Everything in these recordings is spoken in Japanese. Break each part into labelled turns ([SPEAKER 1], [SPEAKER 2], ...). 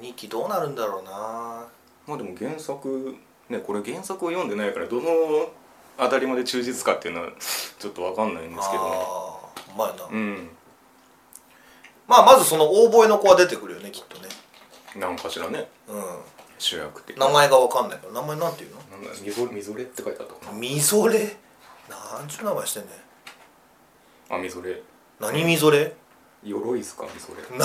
[SPEAKER 1] 2期どうなるんだろうな
[SPEAKER 2] まあでも原作ねこれ原作を読んでないからどの当たりまで忠実かっていうのはちょっとわかんないんですけどね
[SPEAKER 1] あーうまいな、
[SPEAKER 2] うん
[SPEAKER 1] まあまずそのオーボエの子は出てくるよねきっとね
[SPEAKER 2] なんかしらね
[SPEAKER 1] う
[SPEAKER 2] 主役って
[SPEAKER 1] ん名前がわかんないけど名前なんていうの
[SPEAKER 2] なんだみぞみぞれって書いてあったか
[SPEAKER 1] みぞれなんちゅう名前してんねん
[SPEAKER 2] なあみぞれ
[SPEAKER 1] 何みぞれ、
[SPEAKER 2] 鎧っすかみぞれ
[SPEAKER 1] 名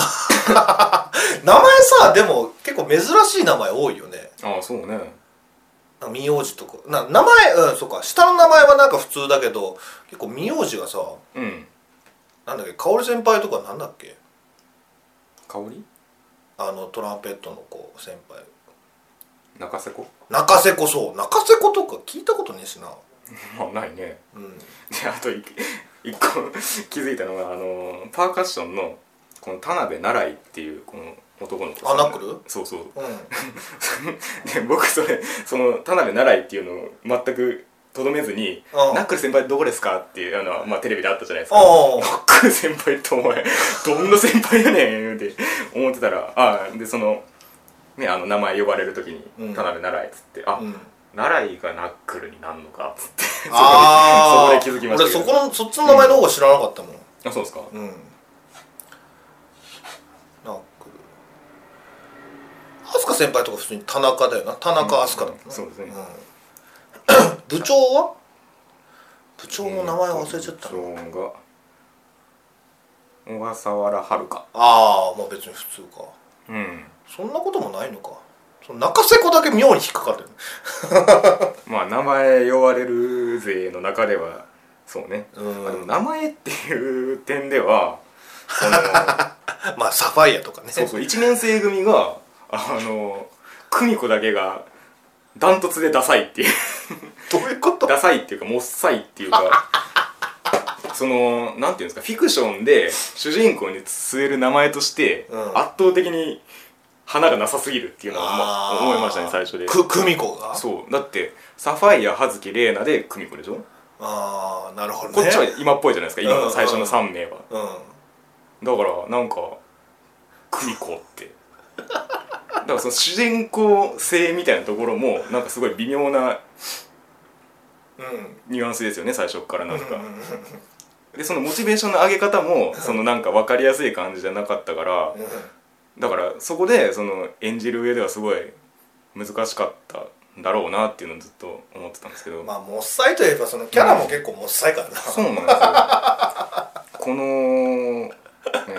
[SPEAKER 1] 前さでも結構珍しい名前多いよね
[SPEAKER 2] ああそうね
[SPEAKER 1] なんか名字とかな名前うんそうか下の名前はなんか普通だけど結構名字がさ
[SPEAKER 2] うん
[SPEAKER 1] なんだっけ薫先輩とかなんだっけ
[SPEAKER 2] 香り
[SPEAKER 1] あのトランペットの子先輩
[SPEAKER 2] 中瀬子
[SPEAKER 1] 中瀬子そう中瀬子とか聞いたことねえしな
[SPEAKER 2] まあないね
[SPEAKER 1] うん
[SPEAKER 2] であとい 一個気づいたのがあのパーカッションのこの田辺奈良井っていうこの男の子さ
[SPEAKER 1] あナックル
[SPEAKER 2] そうそう
[SPEAKER 1] う
[SPEAKER 2] で僕それその田辺奈良井っていうのを全くとどめずに「
[SPEAKER 1] うん
[SPEAKER 2] ナックル先輩どこですか?」っていうのは、まあ、テレビであったじゃないですか
[SPEAKER 1] お
[SPEAKER 2] ナ
[SPEAKER 1] ー
[SPEAKER 2] ックル先輩ってお前どんな先輩やねんって思ってたらあでそのねあの名前呼ばれる時に
[SPEAKER 1] うん
[SPEAKER 2] 「田辺奈良井」っつって「あ、
[SPEAKER 1] ん、うん、
[SPEAKER 2] 奈良井がナックルになんのか」っつってそこで
[SPEAKER 1] ああ
[SPEAKER 2] そこで気づきました
[SPEAKER 1] 俺
[SPEAKER 2] けど
[SPEAKER 1] そこのそっちの名前の方が知らなかったもん
[SPEAKER 2] あそうですか
[SPEAKER 1] うんナックル飛鳥先輩とか普通に田中だよな田中飛鳥だもんな、
[SPEAKER 2] うんそうですね
[SPEAKER 1] ん部長は部長の名前忘れちゃったな、
[SPEAKER 2] えーと部長が小笠原遥
[SPEAKER 1] ああまあ別に普通か
[SPEAKER 2] うん
[SPEAKER 1] そんなこともないのかその中瀬子だけ妙に引っかかってる
[SPEAKER 2] まあ名前呼ばれる勢の中ではそうね、
[SPEAKER 1] うん
[SPEAKER 2] まあでも名前っていう点では その
[SPEAKER 1] まあサファイアとかね
[SPEAKER 2] そうそう1年生組があの久美子だけがダントツでダサいっていう
[SPEAKER 1] どういうこと
[SPEAKER 2] ダサいっていうかもっさいってい うかそのなんていうんですかフィクションで主人公に据える名前として、
[SPEAKER 1] うん
[SPEAKER 2] 圧倒的に花がなさすぎるっていうのは、まあ思いましたね最初で
[SPEAKER 1] く久美子が
[SPEAKER 2] そうだってサファイア葉月玲奈で久美子でしょ
[SPEAKER 1] ああなるほどね
[SPEAKER 2] こっちは今っぽいじゃないですか今の最初
[SPEAKER 1] うんう
[SPEAKER 2] の
[SPEAKER 1] ん
[SPEAKER 2] 3名はだからなんか久美子ってだからその主人公性みたいなところもなんかすごい微妙な
[SPEAKER 1] うんうん
[SPEAKER 2] ニュアンスですよね最初っからなん
[SPEAKER 1] うん
[SPEAKER 2] かでそのモチベーションの上げ方もそのなんか分かりやすい感じじゃなかったから
[SPEAKER 1] うん
[SPEAKER 2] だからそこでその演じる上ではすごい難しかったんだろうなっていうのをずっと思ってたんですけど
[SPEAKER 1] まあもっさいといえばそのキャラも結構もっさいからな、
[SPEAKER 2] そうなんですよこの、ね、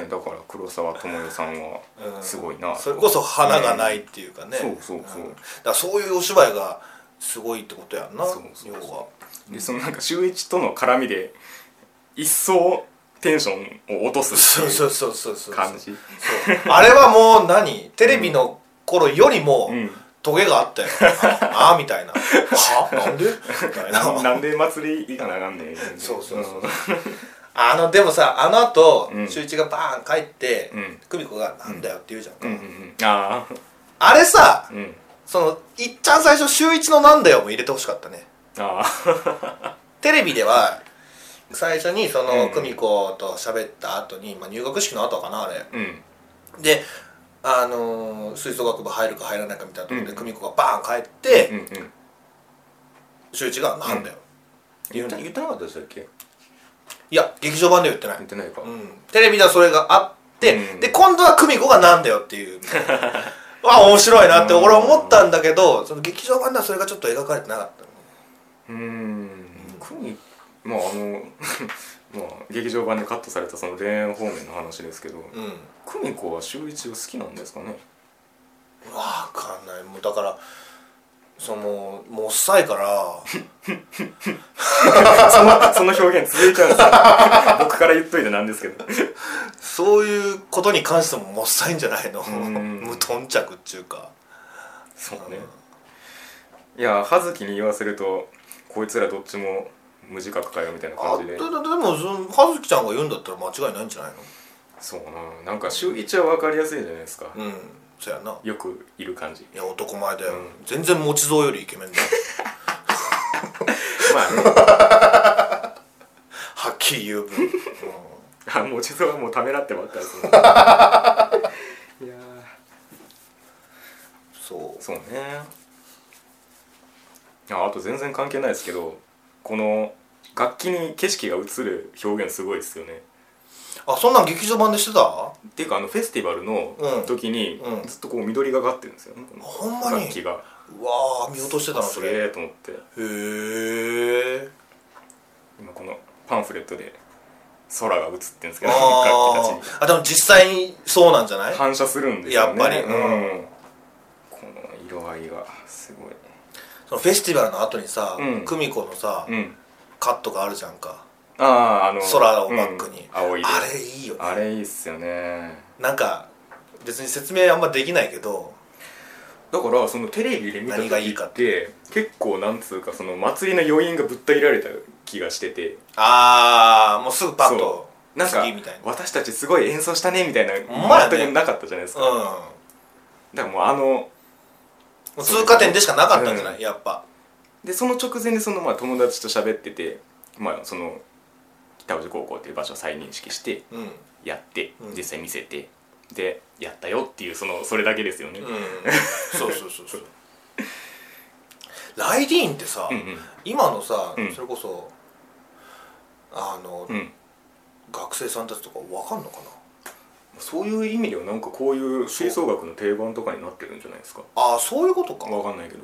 [SPEAKER 2] だから黒沢智代さんは
[SPEAKER 1] うん
[SPEAKER 2] すごいな、
[SPEAKER 1] それこそ花がないっていうかね、
[SPEAKER 2] うんそうそうそうん
[SPEAKER 1] だからそういうお芝居がすごいってことやんな
[SPEAKER 2] そうそうそう
[SPEAKER 1] 要は
[SPEAKER 2] でそのなんか周一との絡みで一層テンションを落とす
[SPEAKER 1] そ
[SPEAKER 2] っ
[SPEAKER 1] う
[SPEAKER 2] てい
[SPEAKER 1] そうそうそうそう
[SPEAKER 2] う感じ
[SPEAKER 1] そうあれはもう何テレビの頃よりも、
[SPEAKER 2] うん
[SPEAKER 1] トゲがあったよああみたいなはなんでみたいな
[SPEAKER 2] ななんで祭り行かなあかんねん
[SPEAKER 1] そうそうそううんあのでもさあの後、
[SPEAKER 2] うん
[SPEAKER 1] 周一がバーン帰って、
[SPEAKER 2] うん
[SPEAKER 1] 久美子が「なんだよ」って言うじゃんか、
[SPEAKER 2] うんうんうんああ
[SPEAKER 1] あれさ、
[SPEAKER 2] うん
[SPEAKER 1] そのいっちゃん最初週一の「なんだよ」も入れてほしかったね
[SPEAKER 2] あ
[SPEAKER 1] テレビでは最初にその
[SPEAKER 2] うん
[SPEAKER 1] 久美子と喋った後に、まあ、入学式の後かなあれ
[SPEAKER 2] あうん
[SPEAKER 1] であのー吹奏楽部入るか入らないかみたいなところで
[SPEAKER 2] うん
[SPEAKER 1] 久美子がバーン帰って、
[SPEAKER 2] うんうん
[SPEAKER 1] 周一が「なんだよ」
[SPEAKER 2] 言った言ってなかったでしたっけ
[SPEAKER 1] いや劇場版では言ってない
[SPEAKER 2] 言ってないか、
[SPEAKER 1] うんテレビではそれがあって、
[SPEAKER 2] うん
[SPEAKER 1] で今度は久美子がなんだよっていう わ面白いなって俺は思ったんだけどその劇場版ではそれがちょっと描かれてなかった
[SPEAKER 2] うーん国まああの まあ劇場版でカットされたその恋愛方面の話ですけ
[SPEAKER 1] う
[SPEAKER 2] ど、
[SPEAKER 1] ん分
[SPEAKER 2] 久美子は周一を好きなんですかね
[SPEAKER 1] かんないもうだからそのもうっさいから
[SPEAKER 2] そのその表現続いちゃうんですよ僕から言っといてなんですけど
[SPEAKER 1] そういうことに関してももっさいんじゃないの
[SPEAKER 2] ん
[SPEAKER 1] 無頓着っちゅうか
[SPEAKER 2] そうねいや葉月に言わせるとこいつらどっちも無自覚かよみたいな
[SPEAKER 1] あ
[SPEAKER 2] 感じ
[SPEAKER 1] でで
[SPEAKER 2] で
[SPEAKER 1] でもその葉月ちゃんが言うんだったら間違いないんじゃない
[SPEAKER 2] そうななんか周一は分かりやすいじゃないですか、
[SPEAKER 1] のうんそやな
[SPEAKER 2] よくいる感じ
[SPEAKER 1] いや男前だよ、
[SPEAKER 2] うん
[SPEAKER 1] 全然持ち蔵よりイケメンだよ
[SPEAKER 2] まあね
[SPEAKER 1] はっきり言う分、うん
[SPEAKER 2] あもう実はもうためらってばっかりですねいやーそうねああと全然関係ないですけどこの楽器に景色が映る表現すごいですよね
[SPEAKER 1] あそんなん劇場版でしてた
[SPEAKER 2] っていうかあのフェスティバルの
[SPEAKER 1] うん
[SPEAKER 2] 時に
[SPEAKER 1] うん
[SPEAKER 2] ずっとこう緑がかってるんですよ、ね
[SPEAKER 1] ほんまに
[SPEAKER 2] 楽器が
[SPEAKER 1] うわー見落としてたの
[SPEAKER 2] す
[SPEAKER 1] それへ
[SPEAKER 2] げえと思って
[SPEAKER 1] え
[SPEAKER 2] 今このパンフレットで空が映ってるんですけど 楽
[SPEAKER 1] あ
[SPEAKER 2] 器たち
[SPEAKER 1] ーあでも実際にそうなんじゃない
[SPEAKER 2] に反射するんですよね
[SPEAKER 1] やっぱり
[SPEAKER 2] う
[SPEAKER 1] うん
[SPEAKER 2] んこの色合いがすごい
[SPEAKER 1] そのフェスティバルの後にさ、
[SPEAKER 2] うん
[SPEAKER 1] 久美子のさ、
[SPEAKER 2] うん
[SPEAKER 1] カットがあるじゃんか
[SPEAKER 2] あああの
[SPEAKER 1] 空をバックに
[SPEAKER 2] うん青いで
[SPEAKER 1] あれいいよね
[SPEAKER 2] あれいいっすよね
[SPEAKER 1] なんか別に説明あんまできないけど
[SPEAKER 2] だからそのテレビで見た時
[SPEAKER 1] 何がいいか
[SPEAKER 2] って結構なんつうかその祭りの余韻がぶった切られた気がしてて
[SPEAKER 1] ああもうすぐパッと
[SPEAKER 2] なんか
[SPEAKER 1] 次みたいな
[SPEAKER 2] 私たちすごい演奏したねみたいな
[SPEAKER 1] ほんまやね
[SPEAKER 2] 全くなかったじゃないですか、
[SPEAKER 1] うん
[SPEAKER 2] だからもうあの
[SPEAKER 1] もう通過点でしかなかったんじゃない、
[SPEAKER 2] う
[SPEAKER 1] やっぱ
[SPEAKER 2] でその直前でそのまあ友達と喋っててまあその北宇治高校っていう場所を再認識して
[SPEAKER 1] うんうん
[SPEAKER 2] やって、
[SPEAKER 1] うん
[SPEAKER 2] 実際見せてでやったよっていうそのそれだけですよね、
[SPEAKER 1] そうそうそうそうライディーンってさ、
[SPEAKER 2] うんうん
[SPEAKER 1] 今のさ、
[SPEAKER 2] うん
[SPEAKER 1] それこそあの、
[SPEAKER 2] うん
[SPEAKER 1] 学生さんたちとかわかんのかな
[SPEAKER 2] そういう意味ではなんかこういう吹奏楽の定番とかになってるんじゃないですか
[SPEAKER 1] ああそういうことか
[SPEAKER 2] わかんないけど、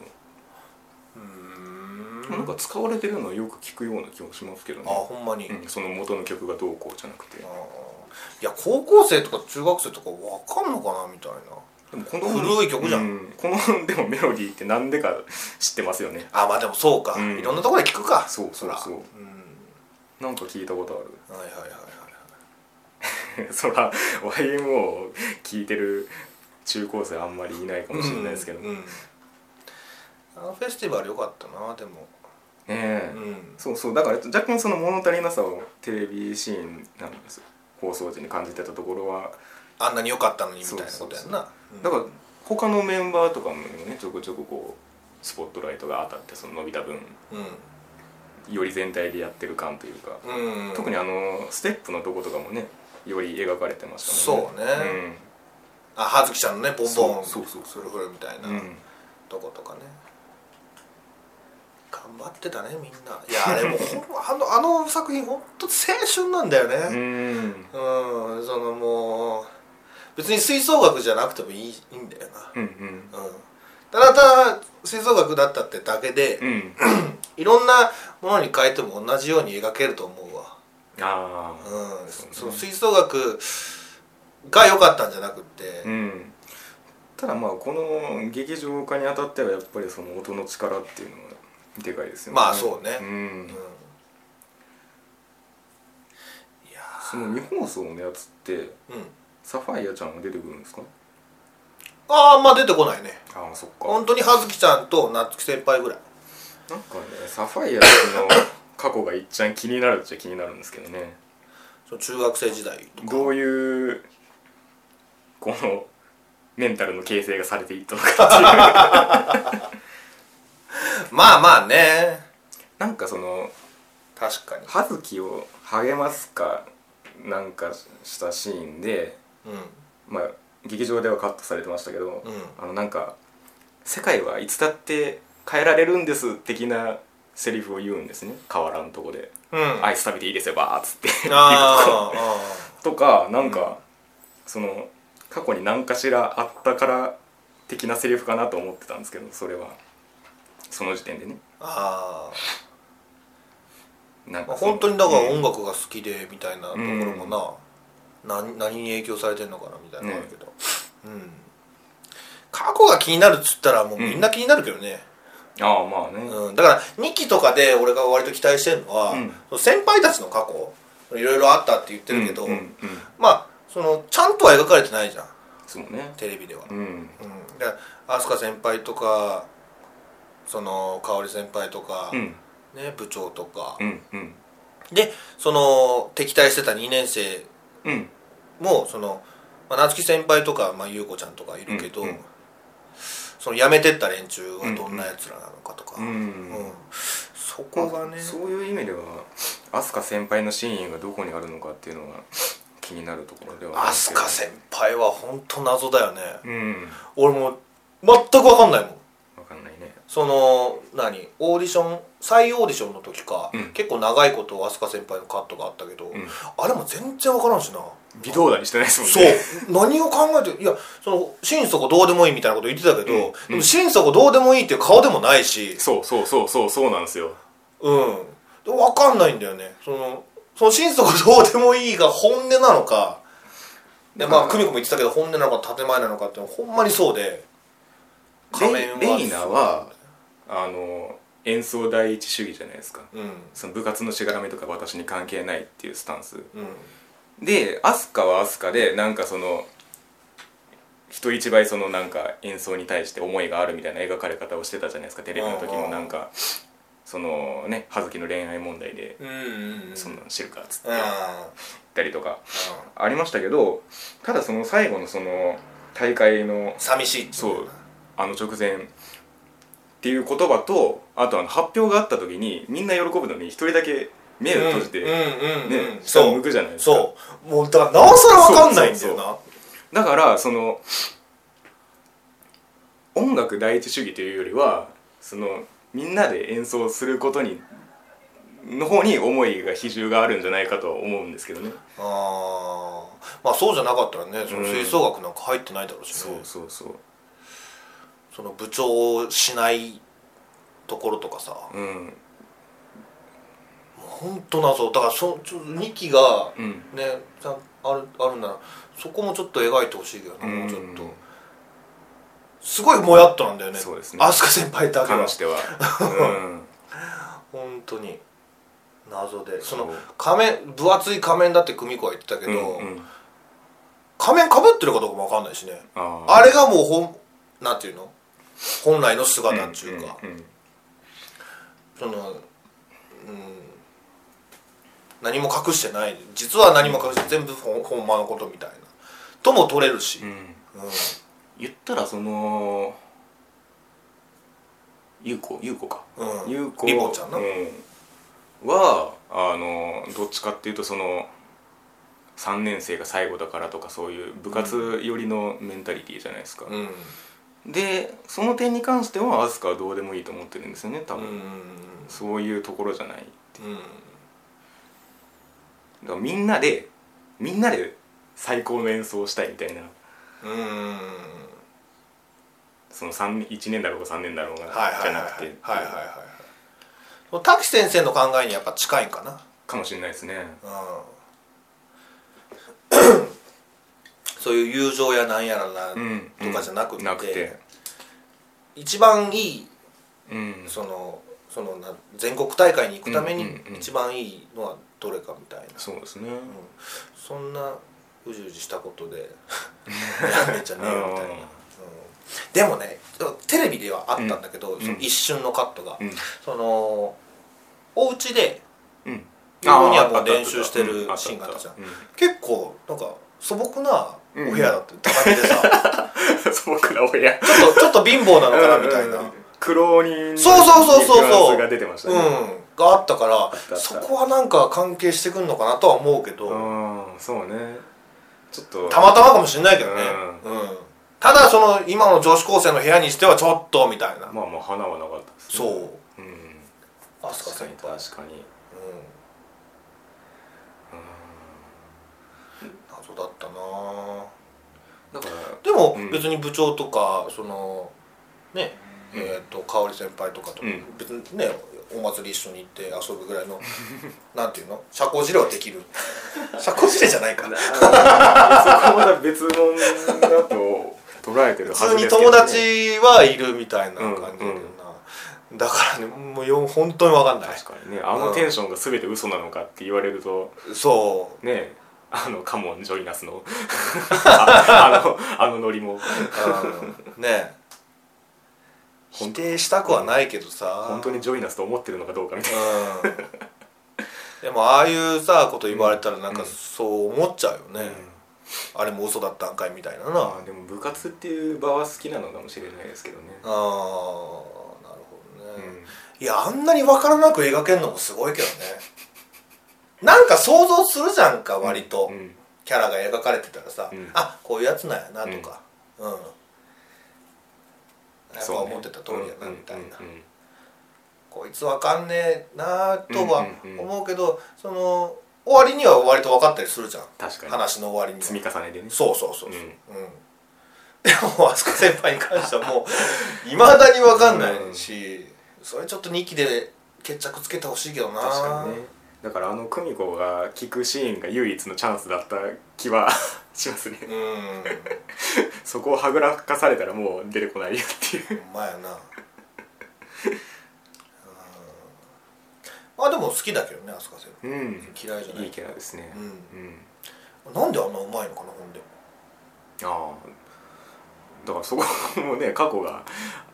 [SPEAKER 1] うーん
[SPEAKER 2] なんか使われてるのはよく聞くような気もしますけどね
[SPEAKER 1] ああほんまに、
[SPEAKER 2] うん、その元の曲がどうこうじゃなくて
[SPEAKER 1] あーいや高校生とか中学生とかわかんのかなみたいな
[SPEAKER 2] でもこの
[SPEAKER 1] 古い曲じゃん
[SPEAKER 2] うこのでもメロディーってなんでか知ってますよね
[SPEAKER 1] あまあでもそうか、
[SPEAKER 2] うん
[SPEAKER 1] いろんなところで聞くか
[SPEAKER 2] そうそう
[SPEAKER 1] ら
[SPEAKER 2] そうんなんか聞いたこと
[SPEAKER 1] はいはいはいはいはい
[SPEAKER 2] あるそら YMO を聞いてる中高生あんまりいないかもしれないですけど、
[SPEAKER 1] うん
[SPEAKER 2] ね
[SPEAKER 1] うんあのフェスティバル良かったなでも
[SPEAKER 2] え、
[SPEAKER 1] うん
[SPEAKER 2] そうそうだから若干その物足りなさをテレビシーンなんですよ放送時に感じてたところは
[SPEAKER 1] あんなに良かったのにみたいなことやんなうん
[SPEAKER 2] だから他のメンバーとかもねちょこちょここうスポットライトが当たってその伸びた分より全体でやってる感というか、
[SPEAKER 1] うん、うん、
[SPEAKER 2] 特にあのステップのとことかもねより描かれてましたもん
[SPEAKER 1] そうねあ葉月ちゃんのねボンボン
[SPEAKER 2] そうそうそ
[SPEAKER 1] フ
[SPEAKER 2] う
[SPEAKER 1] ルフルみたいな、
[SPEAKER 2] うん、うん
[SPEAKER 1] とことかね頑張ってたねみんないやあれ もうほんあのあの作品ほんと青春なんだよね、
[SPEAKER 2] うん
[SPEAKER 1] うんそのもう別に吹奏楽じゃなくてもいいいいんだよな、
[SPEAKER 2] うんうん
[SPEAKER 1] うん、ただただ吹奏楽だったってだけで、
[SPEAKER 2] うん
[SPEAKER 1] いろんなものに変えても同じように描けると思うわ、
[SPEAKER 2] ああ
[SPEAKER 1] うん、
[SPEAKER 2] そうね
[SPEAKER 1] その吹奏楽が良かったんじゃなくって、
[SPEAKER 2] うんただまあこの劇場化にあたってはやっぱりその音の力っていうのはでかいですよね
[SPEAKER 1] まあそうね
[SPEAKER 2] うん
[SPEAKER 1] うんいや
[SPEAKER 2] その未放送のやつって
[SPEAKER 1] ーうん
[SPEAKER 2] サファイアちゃんが出てくるんですか
[SPEAKER 1] ああまあ出てこないね
[SPEAKER 2] ああそっか
[SPEAKER 1] 本当に葉月ちゃんと夏木先輩ぐらい
[SPEAKER 2] なんかねサファイアの過去がいっちゃん気になるっちゃ気になるんですけどね
[SPEAKER 1] その中学生時代とか
[SPEAKER 2] どういうこのメンタルの形成がされていったのかっていう
[SPEAKER 1] まあまあね
[SPEAKER 2] なんかその
[SPEAKER 1] 確かに
[SPEAKER 2] 葉月を励ますかなんかしたシーンで
[SPEAKER 1] う
[SPEAKER 2] まあ劇場ではカットされてましたけど、
[SPEAKER 1] んうん
[SPEAKER 2] あのなんか「世界はいつだって変えられるんです」的なセリフを言うんですね河原のとこで
[SPEAKER 1] うん
[SPEAKER 2] 「アイス食べていいですよバー」っつって
[SPEAKER 1] あー
[SPEAKER 2] とかなんか、その過去に何かしらあったから的なセリフかなと思ってたんですけどそれはその時点でね
[SPEAKER 1] あーあ
[SPEAKER 2] なん
[SPEAKER 1] ー、まあ、
[SPEAKER 2] その
[SPEAKER 1] 本当にだから
[SPEAKER 2] うん
[SPEAKER 1] 音楽が好きでみたいなところもな、何何に影響されてんのかなみたいなのあるけど、うん過去が気になるっつったらもうみんな気になるけどね、
[SPEAKER 2] ああまあね、
[SPEAKER 1] うんだから2期とかで俺が割と期待してるのは、
[SPEAKER 2] うん
[SPEAKER 1] その先輩たちの過去いろいろあったって言って
[SPEAKER 2] うん、
[SPEAKER 1] るけど、
[SPEAKER 2] うんうん
[SPEAKER 1] まあそのちゃんとは描かれてないじゃん
[SPEAKER 2] そうね
[SPEAKER 1] テレビでは
[SPEAKER 2] うん
[SPEAKER 1] うん、で飛鳥先輩とかその香織先輩とか、
[SPEAKER 2] うん
[SPEAKER 1] ね、部長とか
[SPEAKER 2] う、んうん
[SPEAKER 1] でその敵対してた2年生
[SPEAKER 2] うん
[SPEAKER 1] もその、まあ、夏樹先輩とか、まあ、優子ちゃんとかいるけど、
[SPEAKER 2] うんうん
[SPEAKER 1] その辞めてった連中はどんなやつらなのかとか、
[SPEAKER 2] うん
[SPEAKER 1] うんそこがね、
[SPEAKER 2] そういう意味では飛鳥先輩の真意がどこにあるのかっていうのは気になるところではある
[SPEAKER 1] 飛鳥先輩は本当謎だよね、
[SPEAKER 2] うん
[SPEAKER 1] 俺も全く分かんないもん
[SPEAKER 2] 分かんないね
[SPEAKER 1] その何オーディション再オーディションの時か、
[SPEAKER 2] うん
[SPEAKER 1] 結構長いこと飛鳥先輩のカットがあったけど、
[SPEAKER 2] ん
[SPEAKER 1] あれも全然分からんしな
[SPEAKER 2] 微動だにしてないですもん
[SPEAKER 1] そう
[SPEAKER 2] ね
[SPEAKER 1] 何を考えていやその心底どうでもいいみたいなこと言ってたけど、
[SPEAKER 2] うん
[SPEAKER 1] でも心底どうでもいいっていう顔でもないし
[SPEAKER 2] そうそうそうそうそうなんですよ
[SPEAKER 1] うんで分かんないんだよねそのその心底どうでもいいが本音なのかでまあ久美子も言ってたけど本音なのか建前なのかってのはほんまにそうで
[SPEAKER 2] レイレイナはあの演奏第一主義じゃないですか
[SPEAKER 1] うん
[SPEAKER 2] その部活のしがらみとか私に関係ないっていうスタンス
[SPEAKER 1] うん
[SPEAKER 2] でアスカはアスカでなんかその人一倍そのなんか演奏に対して思いがあるみたいな描かれ方をしてたじゃないですかテレビの時もなんかそのね葉月の恋愛問題で
[SPEAKER 1] うんうんうん
[SPEAKER 2] そんなの知るかっつって
[SPEAKER 1] うん
[SPEAKER 2] 言ったりとかありましたけどただその最後のその大会の
[SPEAKER 1] 寂しい
[SPEAKER 2] そうあの直前っていう言葉とあとあの発表があった時にみんな喜ぶのに一人だけ目を閉じて、
[SPEAKER 1] うん
[SPEAKER 2] ね
[SPEAKER 1] うんうんうん
[SPEAKER 2] 下を
[SPEAKER 1] そ
[SPEAKER 2] 向
[SPEAKER 1] う
[SPEAKER 2] くじゃないですか
[SPEAKER 1] そうもうだからなおさら分かんないんだよな
[SPEAKER 2] だからその音楽第一主義というよりはそのみんなで演奏することにの方に思いが比重があるんじゃないかとは思うんですけどね
[SPEAKER 1] あーまあそうじゃなかったらねその吹奏楽なんか入ってないだろうしね
[SPEAKER 2] そうそう
[SPEAKER 1] その部長をしないところとかさ
[SPEAKER 2] うん
[SPEAKER 1] 本当謎だからそちょ2期が
[SPEAKER 2] うん
[SPEAKER 1] ねちゃんあるあるならそこもちょっと描いてほしいけどなもうちょっ
[SPEAKER 2] うん
[SPEAKER 1] とすごいもやっとなんだよね
[SPEAKER 2] そうですね
[SPEAKER 1] 飛鳥先輩だけは
[SPEAKER 2] 関 してはうん
[SPEAKER 1] 本当に謎でそ
[SPEAKER 2] そ
[SPEAKER 1] の
[SPEAKER 2] う
[SPEAKER 1] 仮面分厚い仮面だって久美子は言ってたけど、
[SPEAKER 2] うんうん
[SPEAKER 1] 仮面かぶってるかどうかも分かんないしね
[SPEAKER 2] あ
[SPEAKER 1] あれがもうほんなんていうの本来の姿っていうか、
[SPEAKER 2] んうんうん
[SPEAKER 1] そのうん何も隠してない実は何も隠して全部ほんほんまのことみたいなとも取れるし、
[SPEAKER 2] うん
[SPEAKER 1] うん
[SPEAKER 2] 言ったらその優子優子か
[SPEAKER 1] うん
[SPEAKER 2] 優子
[SPEAKER 1] リボンちゃんな、
[SPEAKER 2] う
[SPEAKER 1] うん
[SPEAKER 2] はあのどっちかっていうとその3年生が最後だからとかそういう部活寄りのメンタリティーじゃないですか、
[SPEAKER 1] うん
[SPEAKER 2] でその点に関してはアスカはどうでもいいと思ってるんですよね多
[SPEAKER 1] うん
[SPEAKER 2] 分、そういうところじゃない
[SPEAKER 1] うん
[SPEAKER 2] だからみんなでみんなで最高の演奏をしたいみたいな
[SPEAKER 1] うん
[SPEAKER 2] その3 1年だろうが3年だろうが、
[SPEAKER 1] はいは
[SPEAKER 2] じ
[SPEAKER 1] いは
[SPEAKER 2] ゃ
[SPEAKER 1] い
[SPEAKER 2] な
[SPEAKER 1] は
[SPEAKER 2] くて、
[SPEAKER 1] いはいはいはいその滝先生の考えにやっぱ近いんかな
[SPEAKER 2] かもしれないですね
[SPEAKER 1] うんそういう友情やなんやらな
[SPEAKER 2] うん
[SPEAKER 1] とかじゃなくって,、
[SPEAKER 2] なくて
[SPEAKER 1] 一番いい
[SPEAKER 2] うん
[SPEAKER 1] そのそのな全国大会に行くため
[SPEAKER 2] うん
[SPEAKER 1] に
[SPEAKER 2] うんうん
[SPEAKER 1] 一番いいのはどれかみたいな、
[SPEAKER 2] そうですね、
[SPEAKER 1] そんなうじうじしたこと でやんねんじゃねえよみたいな、
[SPEAKER 2] うん
[SPEAKER 1] うんでもねテレビではあったんだけど、
[SPEAKER 2] ん
[SPEAKER 1] その一瞬のカットが、
[SPEAKER 2] うん
[SPEAKER 1] そのお家で
[SPEAKER 2] うん
[SPEAKER 1] 日本にはもう練習してるシーンがあったじゃん結構なんか素朴なお部屋だった高めでさ
[SPEAKER 2] 素朴なお部屋
[SPEAKER 1] ちょっ とちょっと貧乏なのかなみたいな、
[SPEAKER 2] 苦労人
[SPEAKER 1] そうそうそうそう
[SPEAKER 2] ニュアン
[SPEAKER 1] そう
[SPEAKER 2] スが出てましたね
[SPEAKER 1] うんがあったから
[SPEAKER 2] ったあった
[SPEAKER 1] そこはなんか関係してくんのかなとは思うけど、
[SPEAKER 2] うんそうねちょっと
[SPEAKER 1] たまたまかもしれないけどね、うんただその今の女子高生の部屋にしてはちょっとみたいな、
[SPEAKER 2] まあまあ花はなかったですね
[SPEAKER 1] そう
[SPEAKER 2] うん
[SPEAKER 1] 飛
[SPEAKER 2] 確か
[SPEAKER 1] 鳥
[SPEAKER 2] に
[SPEAKER 1] 先輩
[SPEAKER 2] 確かに
[SPEAKER 1] 謎だったなぁ
[SPEAKER 2] だから
[SPEAKER 1] でも
[SPEAKER 2] うん
[SPEAKER 1] 別に部長とかそのね
[SPEAKER 2] うん
[SPEAKER 1] えー、と香織先輩とかと
[SPEAKER 2] うん
[SPEAKER 1] 別にねお祭り一緒に行って遊ぶぐら いのなんていうの社交辞令はできる社交辞令じゃ ないか
[SPEAKER 2] そこまだ別物だと捉えてるは
[SPEAKER 1] 普通に
[SPEAKER 2] ずですけ
[SPEAKER 1] 友
[SPEAKER 2] どね
[SPEAKER 1] 達はいるみたいな感じだけどな、
[SPEAKER 2] うん
[SPEAKER 1] だからねもうよ本当に分かんない
[SPEAKER 2] 確かにねあのテンションが全て嘘なのかって言われると
[SPEAKER 1] そう
[SPEAKER 2] ねあのカモンジョイナ スのああのあのノリも
[SPEAKER 1] うんね 否定したくはないけどさ
[SPEAKER 2] 本当にジョイナスと思ってるのかどうかみたいな
[SPEAKER 1] うんでもああいうさこと言われたらなん
[SPEAKER 2] う
[SPEAKER 1] か
[SPEAKER 2] ん
[SPEAKER 1] そう思っちゃうよね、あれも嘘だったんかいみたいななあ
[SPEAKER 2] あでも部活っていう場は好きなのかもしれないですけどね
[SPEAKER 1] あーなるほどね、いやあんなに分からなく描けるのもすごいけどねなんか想像するじゃんか割と、
[SPEAKER 2] うん
[SPEAKER 1] キャラが描かれてたらさ、
[SPEAKER 2] うん
[SPEAKER 1] あこういうやつなんやなとかうん、やっぱ思ってた通りやなみたいな
[SPEAKER 2] うんうんうん
[SPEAKER 1] こいつわかんねえなとは
[SPEAKER 2] うんうんうん
[SPEAKER 1] 思うけどその終わりには割と分かったりするじゃん
[SPEAKER 2] 確かに
[SPEAKER 1] 話の終わりには
[SPEAKER 2] 積み重ねでね
[SPEAKER 1] そうそうそうそう
[SPEAKER 2] うん
[SPEAKER 1] うん でも飛鳥先輩に関してはもういまだに分かんないしそれちょっと2期で決着つけてほしいけどな
[SPEAKER 2] 確かにねだからあの久美子が聞くシーンが唯一のチャンスだった気は しますね
[SPEAKER 1] う
[SPEAKER 2] そこをはぐらかされたらもう出てこないよっていうん
[SPEAKER 1] ほんまやなうんまあでも好きだけどね飛鳥先
[SPEAKER 2] うん
[SPEAKER 1] 輩嫌いじゃない
[SPEAKER 2] いいキャラですね、
[SPEAKER 1] うんなんであんなうまいのかなほんで
[SPEAKER 2] ああだからそこもね過去が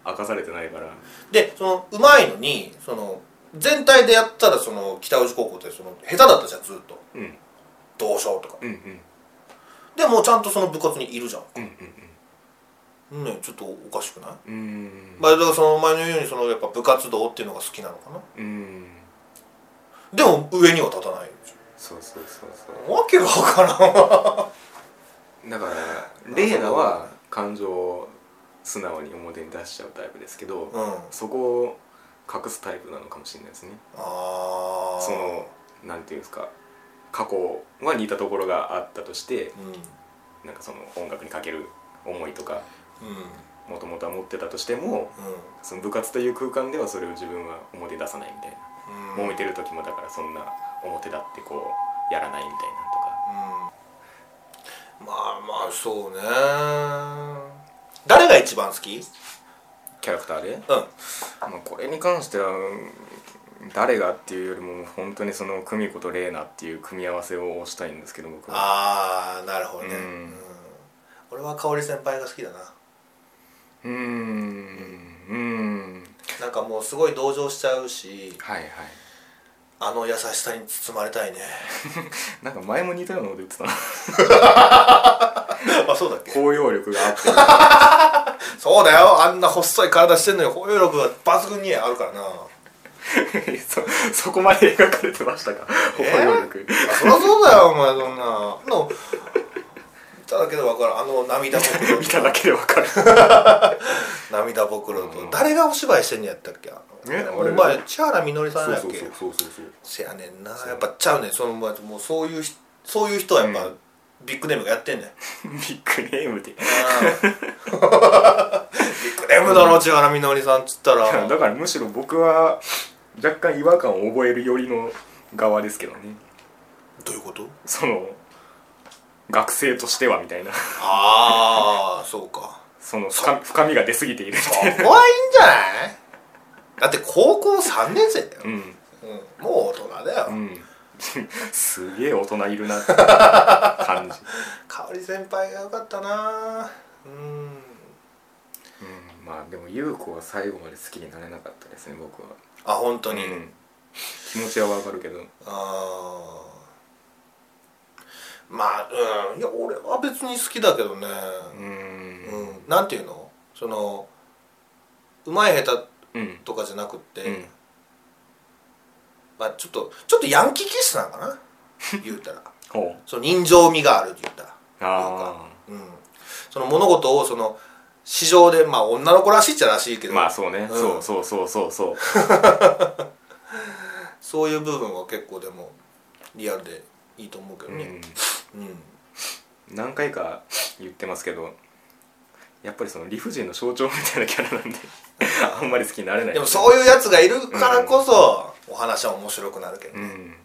[SPEAKER 2] 明かされてないから
[SPEAKER 1] でそのうまいのにその全体でやったらその北宇治高校ってその下手だったじゃんずっと
[SPEAKER 2] うんうん
[SPEAKER 1] 同賞とか
[SPEAKER 2] うん
[SPEAKER 1] でもうちゃんとその部活にいるじゃ
[SPEAKER 2] うん
[SPEAKER 1] んねちょっとおかしくない、
[SPEAKER 2] うんうん
[SPEAKER 1] まあ、だからその前のようにそのやっぱ部活動っていうのが好きなのかな
[SPEAKER 2] うん
[SPEAKER 1] でも上には立たない
[SPEAKER 2] そうそうそうそう
[SPEAKER 1] わけがわからん
[SPEAKER 2] だからレイナは感情を素直に表に出しちゃうタイプですけど、
[SPEAKER 1] うん
[SPEAKER 2] そこを隠すタイプなのかもしれないですね
[SPEAKER 1] ああ
[SPEAKER 2] そのなんていうんですか過去は似たところがあったとして
[SPEAKER 1] う
[SPEAKER 2] なんかその音楽にかける思いとか
[SPEAKER 1] んうん
[SPEAKER 2] もともとは持ってたとしてもその部活という空間ではそれを自分は表出さないみたいな、
[SPEAKER 1] うん
[SPEAKER 2] 揉めてる時もだからそんな表だってこうやらないみたいなとか
[SPEAKER 1] うんまあまあそうね誰が一番好きうん
[SPEAKER 2] キャラクターでまあ、これに関してはうん誰がっていうよりも本当にその久美子と玲奈っていう組み合わせを推したいんですけど僕は
[SPEAKER 1] ああなるほどね、
[SPEAKER 2] うん
[SPEAKER 1] うん俺は香織先輩が好きだな
[SPEAKER 2] うーんうーん
[SPEAKER 1] なんかもうすごい同情しちゃうし
[SPEAKER 2] はいはい
[SPEAKER 1] あの優しさに包まれたいね
[SPEAKER 2] なんか前も似たようなこと言ってたな
[SPEAKER 1] あそうだっけ
[SPEAKER 2] 包容力があって
[SPEAKER 1] そうだよあんな細い体してんのに包容力が抜群にあるからな
[SPEAKER 2] そそこまで描かれてましたか包容力、
[SPEAKER 1] そりゃそうだよお前そんなの見ただけで分かるあの涙ぼくろ
[SPEAKER 2] 見ただけでわかる
[SPEAKER 1] 涙ぼくろと、
[SPEAKER 2] うん
[SPEAKER 1] 誰がお芝居してんのやったっけあの
[SPEAKER 2] ね
[SPEAKER 1] お前千原みのりさん
[SPEAKER 2] そう
[SPEAKER 1] やっ
[SPEAKER 2] そ
[SPEAKER 1] け
[SPEAKER 2] うそうそうそうそう
[SPEAKER 1] せやねんなやっぱちゃうねんその前もうそういうひそういう人はやっぱ、
[SPEAKER 2] うん
[SPEAKER 1] ビッグネームがやってんねん
[SPEAKER 2] ビッグネームで
[SPEAKER 1] ビッグネームだろ千原みのりさんっつったら
[SPEAKER 2] だからむしろ僕は若干違和感を覚えるよりの側ですけどね
[SPEAKER 1] どういうこと
[SPEAKER 2] その学生としてはみたいな
[SPEAKER 1] ああそうか
[SPEAKER 2] その深深みが出過ぎているみ
[SPEAKER 1] そこ
[SPEAKER 2] た
[SPEAKER 1] はいいいんじゃないだって高校3年生だよ、
[SPEAKER 2] な
[SPEAKER 1] うん、もう大人だよ、
[SPEAKER 2] うん うんすげえ大人いるなって感じ、
[SPEAKER 1] 香織先輩がよかったなうん
[SPEAKER 2] うん、まあでも優子は最後まで好きになれなかったですね僕は、
[SPEAKER 1] あ本当に、
[SPEAKER 2] うん、気持ちはわかるけど
[SPEAKER 1] あーまあうんいや俺は別に好きだけどね
[SPEAKER 2] う
[SPEAKER 1] うんんなんていうのそのうまい下手
[SPEAKER 2] うん
[SPEAKER 1] とかじゃなくって、
[SPEAKER 2] うん
[SPEAKER 1] まあちょっとちょっとヤンキー気質なのかな言うたら
[SPEAKER 2] ほう
[SPEAKER 1] その人情味があるって言ったら
[SPEAKER 2] あ
[SPEAKER 1] うん、その物事をその市場でまあ女の子らしいっちゃらしいけ
[SPEAKER 2] あ
[SPEAKER 1] ど、
[SPEAKER 2] まあそうね、
[SPEAKER 1] うん
[SPEAKER 2] そうそうそうそうそう
[SPEAKER 1] そういう部分は結構でもリアルでいいと思うけどねうん、
[SPEAKER 2] 何回か言ってますけどやっぱりその理不尽の象徴みたいなキャラなんであんまり好きになれない
[SPEAKER 1] でもそういうやつがいるからこそ、お話は面白くなるけど
[SPEAKER 2] う
[SPEAKER 1] ね
[SPEAKER 2] ん、
[SPEAKER 1] うん、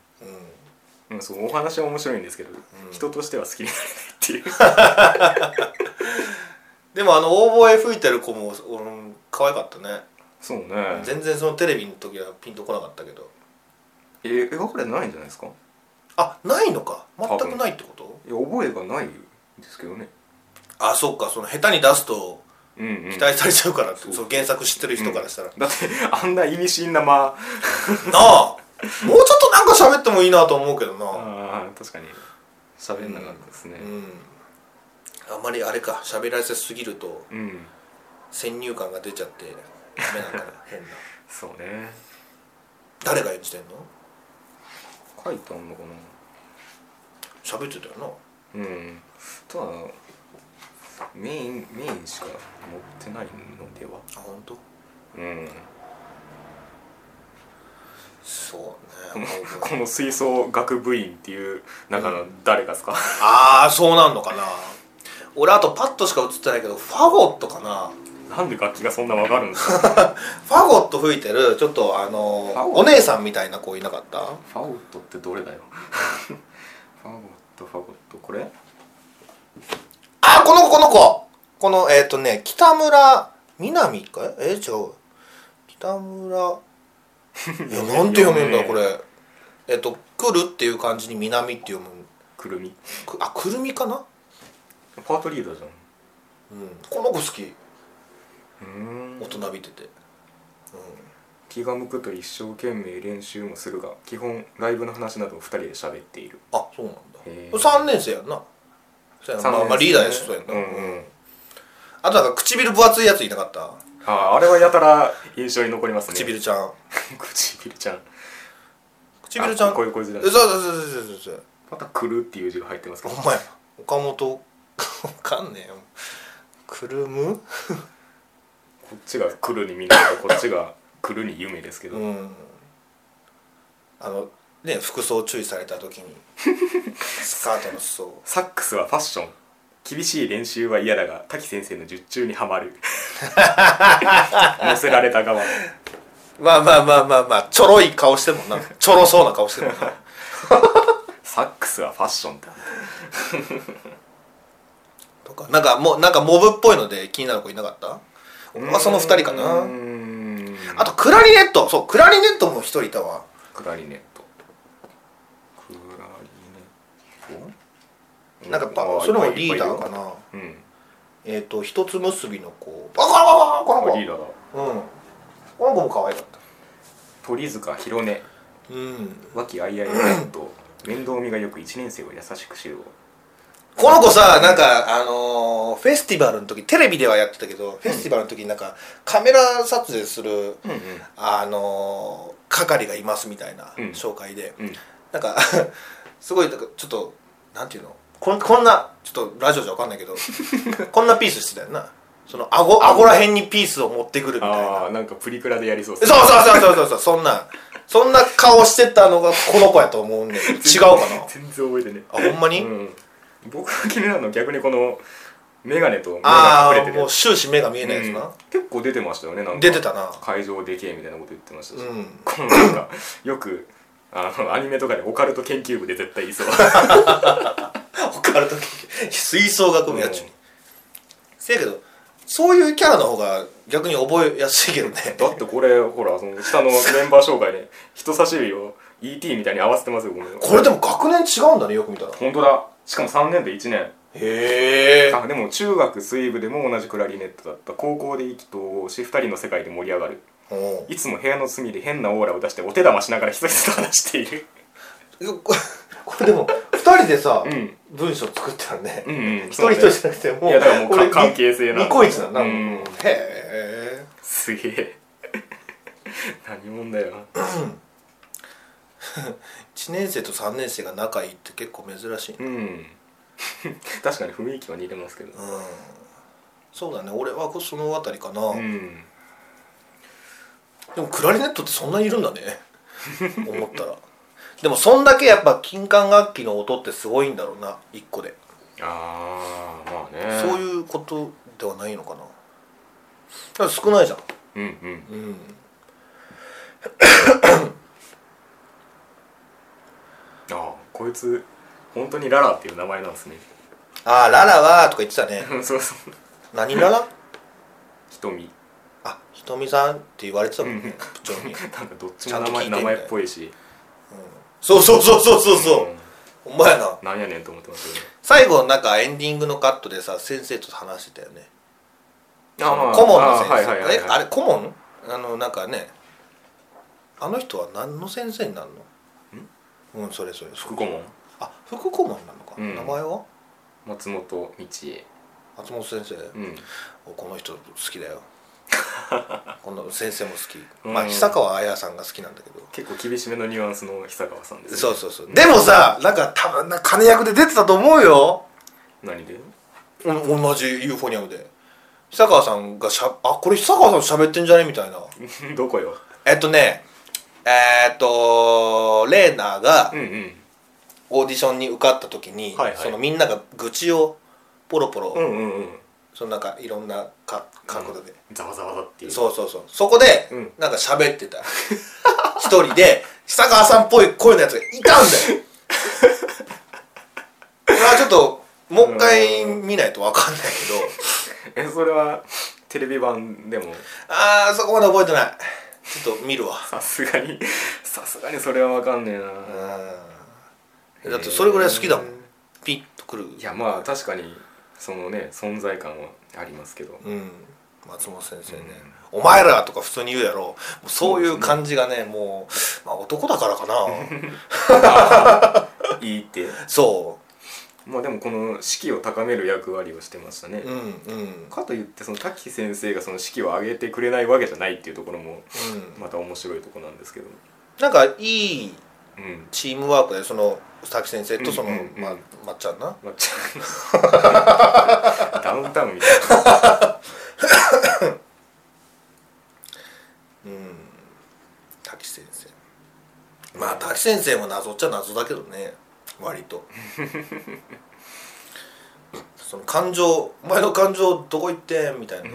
[SPEAKER 2] うん、そうお話は面白いんですけど、人としては好きになれないっていう
[SPEAKER 1] でもあの大声吹いてる子もうん可愛かったね、
[SPEAKER 2] そうね
[SPEAKER 1] 全然そのテレビの時はピンとこなかったけど
[SPEAKER 2] え描かれてないんじゃないですか
[SPEAKER 1] あないのか全
[SPEAKER 2] 分
[SPEAKER 1] くないってこと
[SPEAKER 2] いや覚えがないですけどね
[SPEAKER 1] あそっかその下手に出すと
[SPEAKER 2] うん、うん、
[SPEAKER 1] 期待されちゃうからって、
[SPEAKER 2] そう
[SPEAKER 1] その原作知ってる人からしたら、
[SPEAKER 2] だってあんな意味深な間
[SPEAKER 1] なあもうちょっとなんか喋ってもいいなと思うけどな
[SPEAKER 2] あー確かに喋んなかったですね
[SPEAKER 1] うんあんまりあれか喋らせすぎると
[SPEAKER 2] うん、
[SPEAKER 1] 先入観が出ちゃってダメなんかな変な
[SPEAKER 2] そうね
[SPEAKER 1] 誰が演じてんの
[SPEAKER 2] 書いてあんのかな
[SPEAKER 1] 喋ってたよ
[SPEAKER 2] うんただメインメインしか持ってないのでは
[SPEAKER 1] あ本当
[SPEAKER 2] うん
[SPEAKER 1] そう
[SPEAKER 2] この
[SPEAKER 1] ね
[SPEAKER 2] この吹奏楽部員っていう中の誰かですか、
[SPEAKER 1] ああそうなんのかな俺あとパッとしか映ってないけどファゴットかな
[SPEAKER 2] なんで楽器がそんなわかるんですか
[SPEAKER 1] ファゴット吹いてるちょっとあの
[SPEAKER 2] ファゴット
[SPEAKER 1] お姉さんみたいな子いなかった
[SPEAKER 2] ファゴットってどれだよ ファゴットファゴットこれ
[SPEAKER 1] あこの子この子このえっ、とね北村南かいえ違う北 村いやなんて読むんだこれえっ、と「来る」っていう漢字に「南」って読む
[SPEAKER 2] くるみ
[SPEAKER 1] くあくるみかな、
[SPEAKER 2] パートリーダーじ
[SPEAKER 1] うん、この子好き
[SPEAKER 2] ゃんうん
[SPEAKER 1] 大人びてて
[SPEAKER 2] 気が向くと一生懸命練習もするが基本ライブの話などを2人で喋っている
[SPEAKER 1] あそうなんだ
[SPEAKER 2] へー
[SPEAKER 1] 3年生やんなそうやなまあ、まあリーダーやしそうやんな、
[SPEAKER 2] うんうん
[SPEAKER 1] あとなんか唇分厚いやついなかった
[SPEAKER 2] あああれはやたら印象に残りますね
[SPEAKER 1] 唇ちゃん
[SPEAKER 2] 唇ちゃん
[SPEAKER 1] 唇ちゃん
[SPEAKER 2] あこういうこいつだ
[SPEAKER 1] えそうそうそうそうそうそう
[SPEAKER 2] また「くる」っていう字が入ってますけど
[SPEAKER 1] ほんまや岡本わかんねえよくるむ
[SPEAKER 2] こっちが「くる」にみんなでこっちが「くる」に夢ですけど、
[SPEAKER 1] うんあのね服装注意された時 にスカートの裾を
[SPEAKER 2] サックスはファッション厳しい練習は嫌だが滝先生の術中にはまる乗せられた側
[SPEAKER 1] まあまあまあまあまあちょろい顔してるもんなちょろそうな顔してるもんな
[SPEAKER 2] サックスはファッションだ
[SPEAKER 1] とかなんかもうなんかモブっぽいので気になる子いなかった俺はその2人かな
[SPEAKER 2] うーん
[SPEAKER 1] あとクラリネットそうクラリネットも1人いたわ
[SPEAKER 2] クラリネットクラリネット
[SPEAKER 1] なんかパ
[SPEAKER 2] あ
[SPEAKER 1] それも
[SPEAKER 2] いっぱい
[SPEAKER 1] リーダーか
[SPEAKER 2] いる
[SPEAKER 1] な
[SPEAKER 2] うん
[SPEAKER 1] えっ、と一つ結びの子あああこの
[SPEAKER 2] あ
[SPEAKER 1] 子
[SPEAKER 2] リーダーだ
[SPEAKER 1] うんこの子も可愛かった
[SPEAKER 2] 鳥塚広音
[SPEAKER 1] うん
[SPEAKER 2] 和気あいあいのと面倒見がよく1年生を優しく知るを
[SPEAKER 1] この子さなんかあのーフェスティバルの時テレビではやってたけど、フェスティバルの時になんかカメラ撮影する
[SPEAKER 2] うんうん
[SPEAKER 1] あのー係がいますみたいな
[SPEAKER 2] うん
[SPEAKER 1] 紹介で、
[SPEAKER 2] うん
[SPEAKER 1] なんか すごいなんかちょっとなんていうのこ んこんなちょっとラジオじゃわかんないけどこんなピースしてたよなその顎顎ら辺にピースを持ってくるみたいな
[SPEAKER 2] ああなんかプリクラでやりそうっす
[SPEAKER 1] そうそうそうそうそうそうそんなそんな顔してたのがこの子やと思うんだけど違うかな
[SPEAKER 2] 全然覚えてね
[SPEAKER 1] あほんまに、
[SPEAKER 2] うん僕が気になるのは逆にこの眼鏡と目が
[SPEAKER 1] あ
[SPEAKER 2] 隠れ
[SPEAKER 1] あ
[SPEAKER 2] てる
[SPEAKER 1] もう終始目が見えないやつ
[SPEAKER 2] う
[SPEAKER 1] な、
[SPEAKER 2] ん結構出てましたよねなんか
[SPEAKER 1] 出てたな
[SPEAKER 2] 会場でけえみたいなこと言ってましたし、
[SPEAKER 1] うん
[SPEAKER 2] このなんかよくあのアニメとかでオカルト研究部で絶対いそう
[SPEAKER 1] オカルト系吹奏楽部やっちゅう
[SPEAKER 2] うん
[SPEAKER 1] せやけどそういうキャラの方が逆に覚えやすいけどね
[SPEAKER 2] だってこれほらその下のメンバー紹介で人差し指を ET みたいに合わせてますよこの
[SPEAKER 1] これでも学年違うんだねよく見たら
[SPEAKER 2] 本当だしかも3年で1年
[SPEAKER 1] へえ
[SPEAKER 2] あでも中学水部でも同じクラリネットだった高校で意気投合し2人の世界で盛り上がるいつも部屋の隅で変なオーラを出してお手玉しながらひそひそと話している
[SPEAKER 1] ここれでも2人でさ、
[SPEAKER 2] うん
[SPEAKER 1] 文章作ってたらね、
[SPEAKER 2] うんうん
[SPEAKER 1] 一人一人じゃなくても
[SPEAKER 2] いやだからもうか
[SPEAKER 1] これに
[SPEAKER 2] 関係性な
[SPEAKER 1] ニコイチなんだ、
[SPEAKER 2] うん
[SPEAKER 1] へえ
[SPEAKER 2] すげえ何者だよな
[SPEAKER 1] 1年生と3年生が仲いいって結構珍しいね、
[SPEAKER 2] うん 確かに雰囲気は似てますけど
[SPEAKER 1] うん、そうだね俺はこその辺りかな、
[SPEAKER 2] うん
[SPEAKER 1] でもクラリネットってそんなにいるんだね 思ったらでもそんだけやっぱ金管楽器の音ってすごいんだろうな1個で、
[SPEAKER 2] ああまあね
[SPEAKER 1] そういうことではないのかなだから少ないじゃん
[SPEAKER 2] うんうん
[SPEAKER 1] うん
[SPEAKER 2] ああこいつ本当にララっていう名前なんですね
[SPEAKER 1] ああララはとか言ってたね
[SPEAKER 2] そうそう
[SPEAKER 1] 何ララ
[SPEAKER 2] 瞳
[SPEAKER 1] あひとみさんって言われてたもん
[SPEAKER 2] うん
[SPEAKER 1] ね部長に
[SPEAKER 2] なんかどっち
[SPEAKER 1] ちゃ
[SPEAKER 2] も
[SPEAKER 1] んと
[SPEAKER 2] 名
[SPEAKER 1] 聞いてみ
[SPEAKER 2] 前
[SPEAKER 1] た
[SPEAKER 2] 名
[SPEAKER 1] い
[SPEAKER 2] 前っぽいし
[SPEAKER 1] そうそうそうそうそうそう
[SPEAKER 2] うん
[SPEAKER 1] ほんまやな
[SPEAKER 2] なんやねんと思ってますけ
[SPEAKER 1] 最後なんかエンディングのカットでさ先生と話してたよね
[SPEAKER 2] どあま
[SPEAKER 1] 顧問の先生
[SPEAKER 2] あはいはいはい
[SPEAKER 1] えあれ顧問あのなんかねあの人は何の先生になるのうんそれそれ
[SPEAKER 2] 副顧問
[SPEAKER 1] あ副顧問なのか、
[SPEAKER 2] うん
[SPEAKER 1] 名前は
[SPEAKER 2] 松本道恵
[SPEAKER 1] 松本先生、
[SPEAKER 2] うん
[SPEAKER 1] おこの人好き だよこの先生も好き、
[SPEAKER 2] うん
[SPEAKER 1] まあ久川綾さんが好きなんだけど
[SPEAKER 2] 結構厳しめのニュアンスの久川さんです、ね、
[SPEAKER 1] そうそうそうでもさなんか多分な金役で出てたと思うよ
[SPEAKER 2] 何で
[SPEAKER 1] お同じユーフォニアムで久川さんがしゃあこれ久川さん喋ってんじゃねみたいな
[SPEAKER 2] どこよ
[SPEAKER 1] えっとねえーっとレーナーが
[SPEAKER 2] うんうん
[SPEAKER 1] オーディションに受かった時に、
[SPEAKER 2] はいはい
[SPEAKER 1] そのみんなが愚痴をポロポロ、
[SPEAKER 2] うんうんうん
[SPEAKER 1] そのなんかいろんなか角度で、
[SPEAKER 2] ざわざわだっていう
[SPEAKER 1] そうそうそうそこで、
[SPEAKER 2] うん
[SPEAKER 1] なんか喋ってた一人 で久川さんっぽい声のやつがいたんだよこれはちょっともう一回見ないと分かんないけ ど
[SPEAKER 2] えそれはテレビ版でも
[SPEAKER 1] あーそこまで覚えてないちょっと見るわ
[SPEAKER 2] さすがに さすがにそれはわかんねえな、
[SPEAKER 1] うんだってそれぐらい好きだもんピッとくる
[SPEAKER 2] いやまあ確かにそのね存在感はありますけど
[SPEAKER 1] うん松本先生ね、お前らとか普通に言うやろもうそういう感じがねもう、まあ、男だからかな
[SPEAKER 2] いいって
[SPEAKER 1] そ
[SPEAKER 2] まあでもこの士気を高める役割をしてましたね、
[SPEAKER 1] ううんうんうん
[SPEAKER 2] かといってその滝先生がその士気を上げてくれないわけじゃないっていうところもまた面白いところなんですけど
[SPEAKER 1] なんかいい
[SPEAKER 2] うん
[SPEAKER 1] チームワークでその佐々木先生とその、
[SPEAKER 2] うんうんうん
[SPEAKER 1] まあ、まっちゃんな
[SPEAKER 2] まっちゃん ダウンタウンみたいな
[SPEAKER 1] うん滝先生まあ滝先生も謎っちゃ謎だけどね割とその感情お前の感情どこ行ってんみたいな、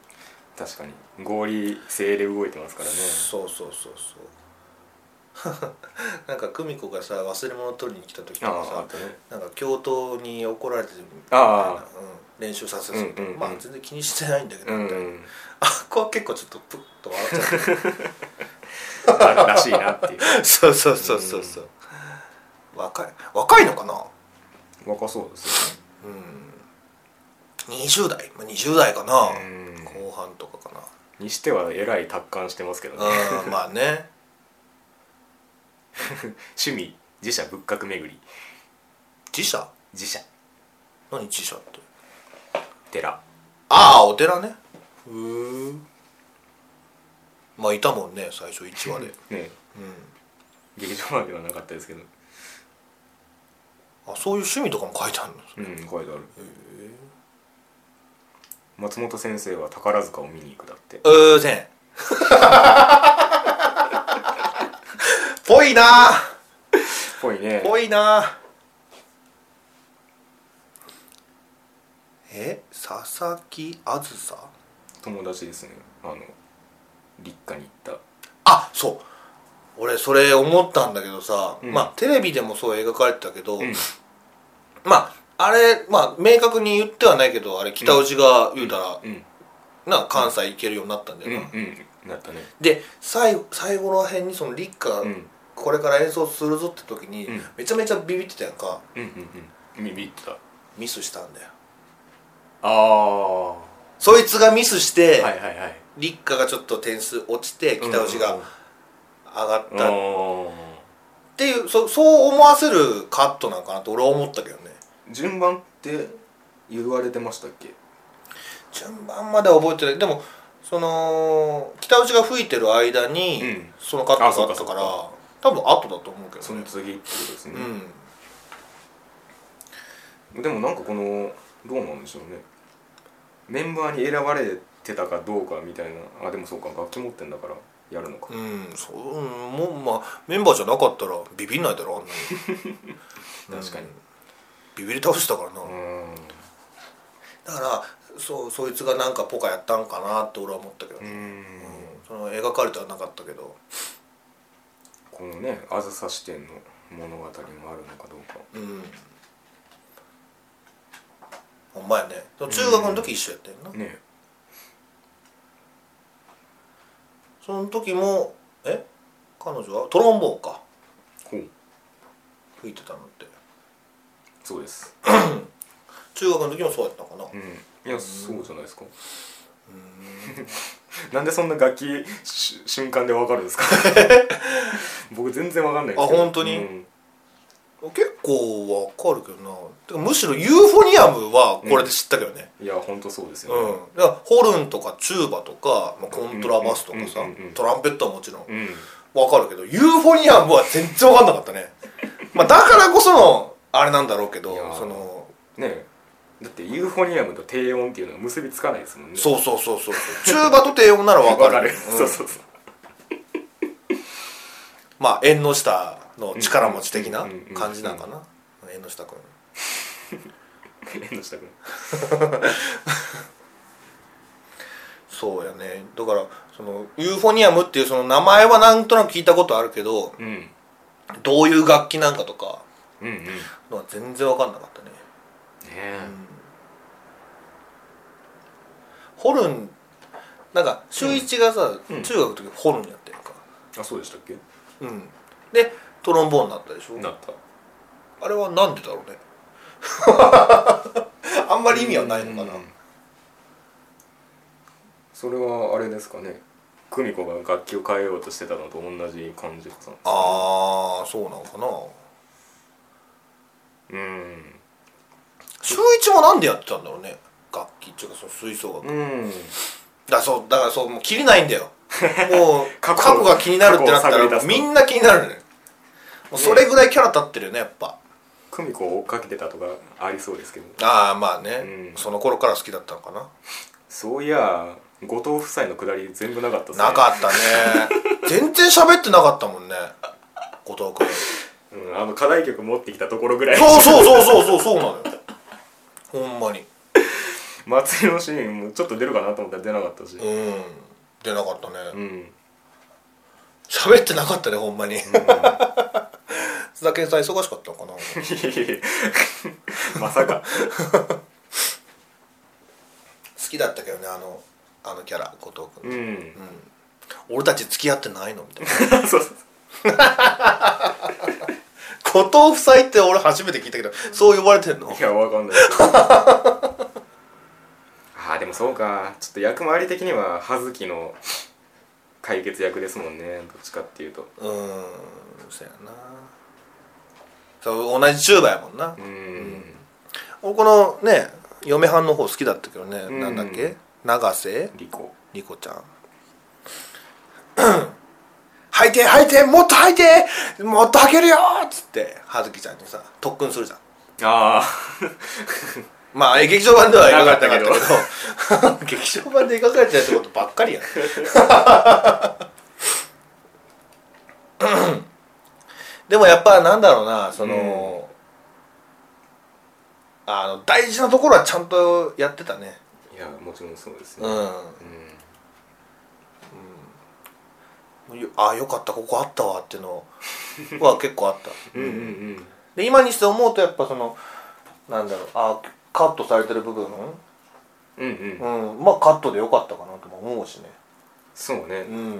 [SPEAKER 2] 確かに合理性で動いてますからね
[SPEAKER 1] そうそうそうそう なんか久美子がさ忘れ物取りに来た時と
[SPEAKER 2] あ
[SPEAKER 1] か
[SPEAKER 2] ああ
[SPEAKER 1] さ
[SPEAKER 2] とね
[SPEAKER 1] なんか教頭に怒られてるみたいな、うん
[SPEAKER 2] あ、
[SPEAKER 1] 練習させると、
[SPEAKER 2] うんうんうん
[SPEAKER 1] まあ全然気にしてないんだけ
[SPEAKER 2] あう
[SPEAKER 1] ど、
[SPEAKER 2] ん
[SPEAKER 1] みたいな
[SPEAKER 2] うん
[SPEAKER 1] あこは結構ちょっとプッと笑っちゃっ
[SPEAKER 2] ららしいなっていう
[SPEAKER 1] て そうそうそうそうそう、若い若いのかな
[SPEAKER 2] 若そうです
[SPEAKER 1] うん20代、まあ、20代かな
[SPEAKER 2] よ、ねうん
[SPEAKER 1] 後半とかかな
[SPEAKER 2] にしてはえらい達観してますけどね
[SPEAKER 1] うんまあね
[SPEAKER 2] 趣味自社仏閣巡り
[SPEAKER 1] 自社
[SPEAKER 2] 自社
[SPEAKER 1] 何自社って
[SPEAKER 2] 寺
[SPEAKER 1] ああお寺ねふんまあいたもんね最初1話で
[SPEAKER 2] ね
[SPEAKER 1] うん
[SPEAKER 2] 劇場まではなかったですけど
[SPEAKER 1] あそういう趣味とかも書いてあるの
[SPEAKER 2] うん書いてある松本先生は宝塚を見に行くだって
[SPEAKER 1] うーぜん ぽいな
[SPEAKER 2] ぽいね
[SPEAKER 1] ぽいなえ佐々木あずさ
[SPEAKER 2] 友達ですねあの立夏に行っ
[SPEAKER 1] あそう俺それ思ったんだけどさ、
[SPEAKER 2] うん
[SPEAKER 1] まあテレビでもそう描かれてたけど、
[SPEAKER 2] たうん
[SPEAKER 1] まああれまあ明確に言ってはないけどあれ北内が言うたら、
[SPEAKER 2] うん
[SPEAKER 1] な関西行けるようになったんだ
[SPEAKER 2] う
[SPEAKER 1] よな、
[SPEAKER 2] んうんなったね
[SPEAKER 1] で最後最後の辺にその立花
[SPEAKER 2] うん
[SPEAKER 1] がこれから演奏するぞって時に、
[SPEAKER 2] うん
[SPEAKER 1] めちゃめちゃビビってたやんか
[SPEAKER 2] うんうんうんビビってた
[SPEAKER 1] ミスしたんだよ
[SPEAKER 2] ああは
[SPEAKER 1] そいつがミスし
[SPEAKER 2] い
[SPEAKER 1] て、
[SPEAKER 2] はいはい
[SPEAKER 1] 立花がちょっと点数落ちて北内が上がっ
[SPEAKER 2] うん
[SPEAKER 1] たっ
[SPEAKER 2] うん
[SPEAKER 1] ていう、そそう思わせるカットなんかなって俺は思ったけどね
[SPEAKER 2] 順番って言われてましたっけ
[SPEAKER 1] 順番までは覚えてないでもその北内が吹いてる間に、
[SPEAKER 2] うん
[SPEAKER 1] そのカットがあった
[SPEAKER 2] あ
[SPEAKER 1] か
[SPEAKER 2] そうからそ
[SPEAKER 1] 多分後だと思うけ
[SPEAKER 2] そ
[SPEAKER 1] ど
[SPEAKER 2] の
[SPEAKER 1] ね
[SPEAKER 2] 次ってことですね
[SPEAKER 1] うん
[SPEAKER 2] でもなんかこのどうなんでしょうねメンバーに選ばれてたかどうかみたいなあでもそうか楽器持ってんだからやるのか
[SPEAKER 1] うんそううんもうまあメンバーじゃなかったらビビんないだろあん なに
[SPEAKER 2] 確かに
[SPEAKER 1] うんビビり倒したからな、
[SPEAKER 2] う
[SPEAKER 1] だ
[SPEAKER 2] ん
[SPEAKER 1] からそうそいつがなんかポカやったんかなって俺は思ったけど、
[SPEAKER 2] う
[SPEAKER 1] うん
[SPEAKER 2] ん
[SPEAKER 1] その描かれてはなかったけど
[SPEAKER 2] このねあずさ視点の物語もあるのかどうか
[SPEAKER 1] うんほんまやねでも中学の時一緒やったよな、
[SPEAKER 2] ね
[SPEAKER 1] その時もえ彼女はトロンボーンか
[SPEAKER 2] ほう
[SPEAKER 1] 吹いてたのって
[SPEAKER 2] そうです
[SPEAKER 1] 中学の時もそうやったのかな、
[SPEAKER 2] うんいやそうじゃないですか なんでそんな楽器し瞬間でわかるんですか 僕全然わかんないですけど
[SPEAKER 1] あ本当に
[SPEAKER 2] うん
[SPEAKER 1] 結構わかるけどなてかむしろユーフォニアムはこれで知ったけどね
[SPEAKER 2] いや本当そうです
[SPEAKER 1] うん、
[SPEAKER 2] よね
[SPEAKER 1] だからホルンとかチューバとか、まあ、コントラバスとかさ、
[SPEAKER 2] うんうんうんうん
[SPEAKER 1] トランペットはもちろん
[SPEAKER 2] うん
[SPEAKER 1] わかるけどユーフォニアムは全然 わかんなかったね、まあ、だからこそのあれなんだろうけど
[SPEAKER 2] いやー
[SPEAKER 1] その
[SPEAKER 2] ねだってユーフォニアムと低音っていうのが結びつかないですもんね
[SPEAKER 1] そうそうそうそうそう中馬と低音ならわ
[SPEAKER 2] わ
[SPEAKER 1] か
[SPEAKER 2] か
[SPEAKER 1] る
[SPEAKER 2] る、
[SPEAKER 1] うん
[SPEAKER 2] そうそうそう
[SPEAKER 1] まあ縁の下の力持ち的な感じなんかな縁の下君
[SPEAKER 2] 縁の下君
[SPEAKER 1] そうやねだからそのユーフォニアムっていうその名前はなんとなく聞いたことあるけど
[SPEAKER 2] うんうん
[SPEAKER 1] どういう楽器なんかとか
[SPEAKER 2] うんね
[SPEAKER 1] のは全然わかんなかったね
[SPEAKER 2] え
[SPEAKER 1] ホルンなんか週一がさ、
[SPEAKER 2] うん
[SPEAKER 1] 中学の時ホルンやってるか
[SPEAKER 2] あそうでしたっけ
[SPEAKER 1] うんでトロンボーンになったでしょ
[SPEAKER 2] なった
[SPEAKER 1] あれはなんでだろう ねあんまり意味はないのかな
[SPEAKER 2] うんそれはあれですかね久美子が楽器を変えようとしてたのと同じ感じかな
[SPEAKER 1] ああそうなのかな
[SPEAKER 2] うん
[SPEAKER 1] 週一もなんでやってたんだろうね楽器っていうかその吹奏楽、だ
[SPEAKER 2] うん
[SPEAKER 1] からそうだからそうもう切りないんだ よもう過
[SPEAKER 2] 過去
[SPEAKER 1] 去が気になるってなった
[SPEAKER 2] 過去を探り出
[SPEAKER 1] ら
[SPEAKER 2] すと
[SPEAKER 1] みんな気になるねもうそれぐらいキャラ立ってるよねやっぱ
[SPEAKER 2] 久美子を追っかけてたとかありそうですけど
[SPEAKER 1] ああまあね、
[SPEAKER 2] うん
[SPEAKER 1] その頃から好きだったのかな
[SPEAKER 2] そういや後藤夫妻のくだり全部なかったっすね
[SPEAKER 1] なかったね 全然喋ってなかったもんね後藤君
[SPEAKER 2] うん、あの課題曲持ってきたところぐらい
[SPEAKER 1] そう そうそうそうそうそうなのよほんまに
[SPEAKER 2] 祭りのシーンもちょっと出るかなと思ったら出なかったし
[SPEAKER 1] うん出なかった
[SPEAKER 2] う
[SPEAKER 1] ね
[SPEAKER 2] ん
[SPEAKER 1] 喋ってなかったねほんまに須田健さん忙しかったのかな
[SPEAKER 2] まさか
[SPEAKER 1] 好きだったけどねあのあのキャラ後藤
[SPEAKER 2] う
[SPEAKER 1] 君、
[SPEAKER 2] ん
[SPEAKER 1] 俺たち付き合ってないのみたいな
[SPEAKER 2] そうそう
[SPEAKER 1] 後藤夫妻って俺初めて聞いたけどそう呼ばれてんの
[SPEAKER 2] いやわかんな いけどあーでもそうかちょっと役回り的には葉月の解決役ですもんねどっちかっていうと
[SPEAKER 1] うーんそやなそう同じチューバやもんな
[SPEAKER 2] う、ん
[SPEAKER 1] 俺このね嫁はんの方好きだったけどね、
[SPEAKER 2] うん
[SPEAKER 1] なんだっけ永瀬
[SPEAKER 2] リコ
[SPEAKER 1] 莉子ちゃん 吐いて吐いてもっと吐いてもっと吐けるよっつって葉月ちゃんにさ特訓するじゃん
[SPEAKER 2] ああ
[SPEAKER 1] まあ劇場版では描かれてな
[SPEAKER 2] な
[SPEAKER 1] か
[SPEAKER 2] か
[SPEAKER 1] ったけど 劇場版で描かれてないってことばっかりやん でもやっぱなんだろうなその、あの大事なところはちゃんとやってたね
[SPEAKER 2] いやもちろんそうです
[SPEAKER 1] う
[SPEAKER 2] ね
[SPEAKER 1] んああよかったここあったわっていうのは結構あった
[SPEAKER 2] うん、うんうんうん
[SPEAKER 1] で今にして思うとやっぱそのなんだろうあーカットされてる部分、
[SPEAKER 2] うんうん
[SPEAKER 1] うん、まあカットでよかったかなとも思うしね
[SPEAKER 2] そうね、
[SPEAKER 1] うん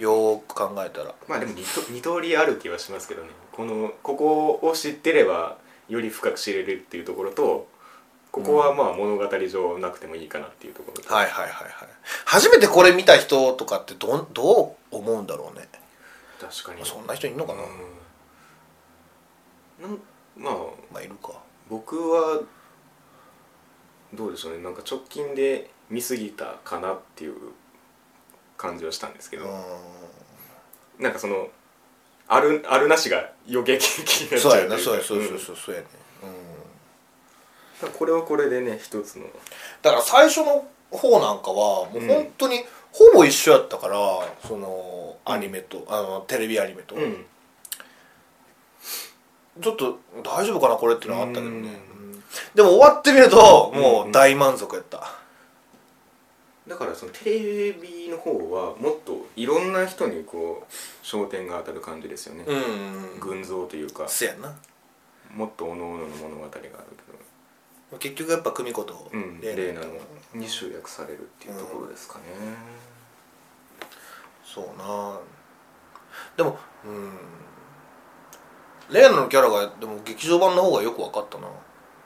[SPEAKER 1] よーく考えたら
[SPEAKER 2] まあでも二と二通りある気はしますけどねこのここを知ってればより深く知れるっていうところとここはまあ物語上なくてもいいかなっていうところと、
[SPEAKER 1] はいはいはいはい初めてこれ見た人とかってどんどう思うんだろうね
[SPEAKER 2] 確かに
[SPEAKER 1] そんな人いんのかな、
[SPEAKER 2] うんなんまあ
[SPEAKER 1] まあいるか
[SPEAKER 2] 僕はどうでしょうねなんか直近で見過ぎたかなっていう感じはしたんですけ
[SPEAKER 1] う
[SPEAKER 2] ど、
[SPEAKER 1] ん
[SPEAKER 2] なんかそのあるあるなしが余計気になっちゃ
[SPEAKER 1] そう
[SPEAKER 2] う
[SPEAKER 1] やなそうやそうそう
[SPEAKER 2] う
[SPEAKER 1] そうそうやねうん
[SPEAKER 2] んこれはこれでね一つの
[SPEAKER 1] だから最初の方なんかはもう本当にほぼ一緒やったから、そのアニメと、あのテレビアニメと、
[SPEAKER 2] うん
[SPEAKER 1] ちょっと大丈夫かなこれってのはあったけどね、うんでも終わってみるともう大満足やった、
[SPEAKER 2] だからそのテレビの方はもっといろんな人にこう焦点が当たる感じですよね、
[SPEAKER 1] うん、うん、
[SPEAKER 2] 群像というか
[SPEAKER 1] せやな
[SPEAKER 2] もっと各々の物語があるけど
[SPEAKER 1] 結局やっぱ久美子と
[SPEAKER 2] うん
[SPEAKER 1] 玲
[SPEAKER 2] レイナ
[SPEAKER 1] 奈と
[SPEAKER 2] のに集約されるっていうところですかね、
[SPEAKER 1] そうなでもうん玲奈のキャラがでも劇場版の方がよく分かったな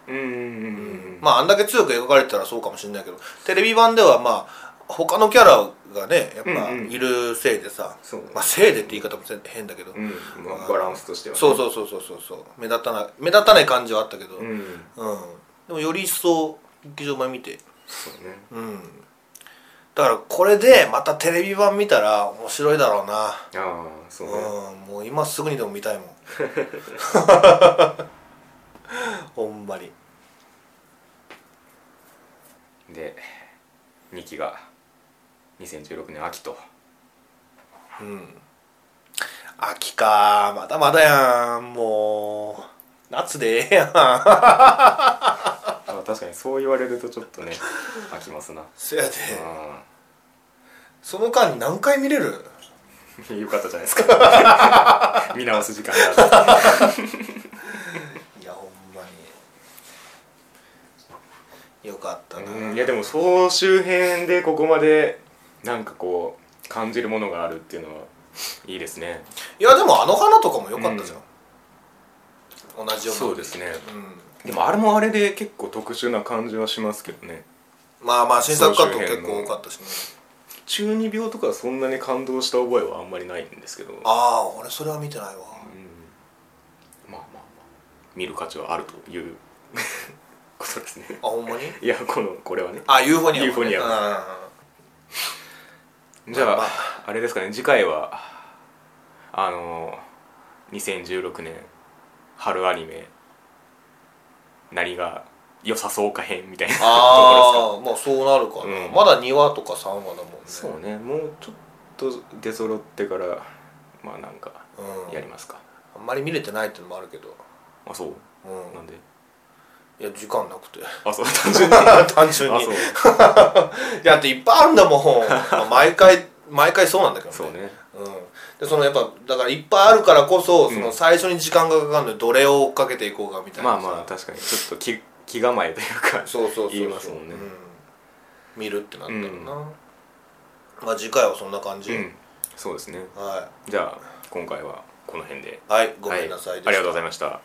[SPEAKER 2] うんうんうんうん
[SPEAKER 1] まああんだけ強く描かれてたらそうかもしれないけどテレビ版ではまあ他のキャラがねやっぱ
[SPEAKER 2] うんうん
[SPEAKER 1] いるせいでさ、
[SPEAKER 2] そう
[SPEAKER 1] まあせいでって言い方も変だけど、
[SPEAKER 2] うんまあ、バランスとしてはね、
[SPEAKER 1] そうそうそうそうそうそう目立たない目立たない感じはあったけど、うん
[SPEAKER 2] うん
[SPEAKER 1] でもより一層劇場版見て
[SPEAKER 2] そうね
[SPEAKER 1] うんだからこれでまたテレビ版見たら面白いだろうな
[SPEAKER 2] ああそうね、
[SPEAKER 1] うんもう今すぐにでも見 たいもんほんまに
[SPEAKER 2] で2期が2016年秋と
[SPEAKER 1] うん秋かまだまだやんもう夏でええやん
[SPEAKER 2] まあ確かにそう言われるとちょっ とね飽きますな
[SPEAKER 1] そやで
[SPEAKER 2] う
[SPEAKER 1] その間に何回見れる
[SPEAKER 2] んよかったじゃないですか 見直す時間があっ
[SPEAKER 1] いやほんまによかった
[SPEAKER 2] た
[SPEAKER 1] な、
[SPEAKER 2] うんいやでも総集編でここまでなんかこう感じるものがあるっていうのはいいですね
[SPEAKER 1] いやでもあの花とかも良かったじゃん、同じような
[SPEAKER 2] そうですね
[SPEAKER 1] うん、
[SPEAKER 2] でもあれもあれで結構特殊な感じはしますけどね
[SPEAKER 1] まあまあ新作カット
[SPEAKER 2] 総集
[SPEAKER 1] 結
[SPEAKER 2] 編の
[SPEAKER 1] 構多かったしね
[SPEAKER 2] 中二病とかはそんなに感動した覚えはあんまりないんですけど
[SPEAKER 1] ああ俺それは見てないわ
[SPEAKER 2] まあまあまあ見る価値はあるということですね
[SPEAKER 1] あほんまに
[SPEAKER 2] いやこのこれはね
[SPEAKER 1] あユーフォニアもね
[SPEAKER 2] ユーフォニアも
[SPEAKER 1] うんうんうん
[SPEAKER 2] じゃあ、
[SPEAKER 1] まあ
[SPEAKER 2] あれですかね次回はあの2016年春アニメ何が良さそうか編みたいなとこ
[SPEAKER 1] ああまあそうなるかな、
[SPEAKER 2] うん
[SPEAKER 1] まだ2話とか3話だもんね
[SPEAKER 2] ろですかそうねもうちょっと出揃ってからまあなんか
[SPEAKER 1] うん、
[SPEAKER 2] やりますか、
[SPEAKER 1] あんまり見れてないっていうのもあるけど、
[SPEAKER 2] あそう
[SPEAKER 1] うん
[SPEAKER 2] なんで
[SPEAKER 1] いや時間なく て
[SPEAKER 2] あそう単純にあ
[SPEAKER 1] 単純に
[SPEAKER 2] そう
[SPEAKER 1] だっていっぱいあるんだ もんまあ毎回毎回そうなんだけど
[SPEAKER 2] そうね
[SPEAKER 1] うん、でそのやっぱだからいっぱいあるからこそ
[SPEAKER 2] うん
[SPEAKER 1] その最初に時間がかかるのでどれを追っかけていこうかみたいな
[SPEAKER 2] まあ
[SPEAKER 1] さ
[SPEAKER 2] まあ確かにちょっと気気構えというか
[SPEAKER 1] そうそうそうそう
[SPEAKER 2] 言いますもんね
[SPEAKER 1] う見るってなったらな、まあ次回はそんな感じ、
[SPEAKER 2] うんそうですね
[SPEAKER 1] は
[SPEAKER 2] じゃあ今回はこの辺で
[SPEAKER 1] い、はい、ごめんなさいで
[SPEAKER 2] は
[SPEAKER 1] し
[SPEAKER 2] い
[SPEAKER 1] た
[SPEAKER 2] ありがとうございました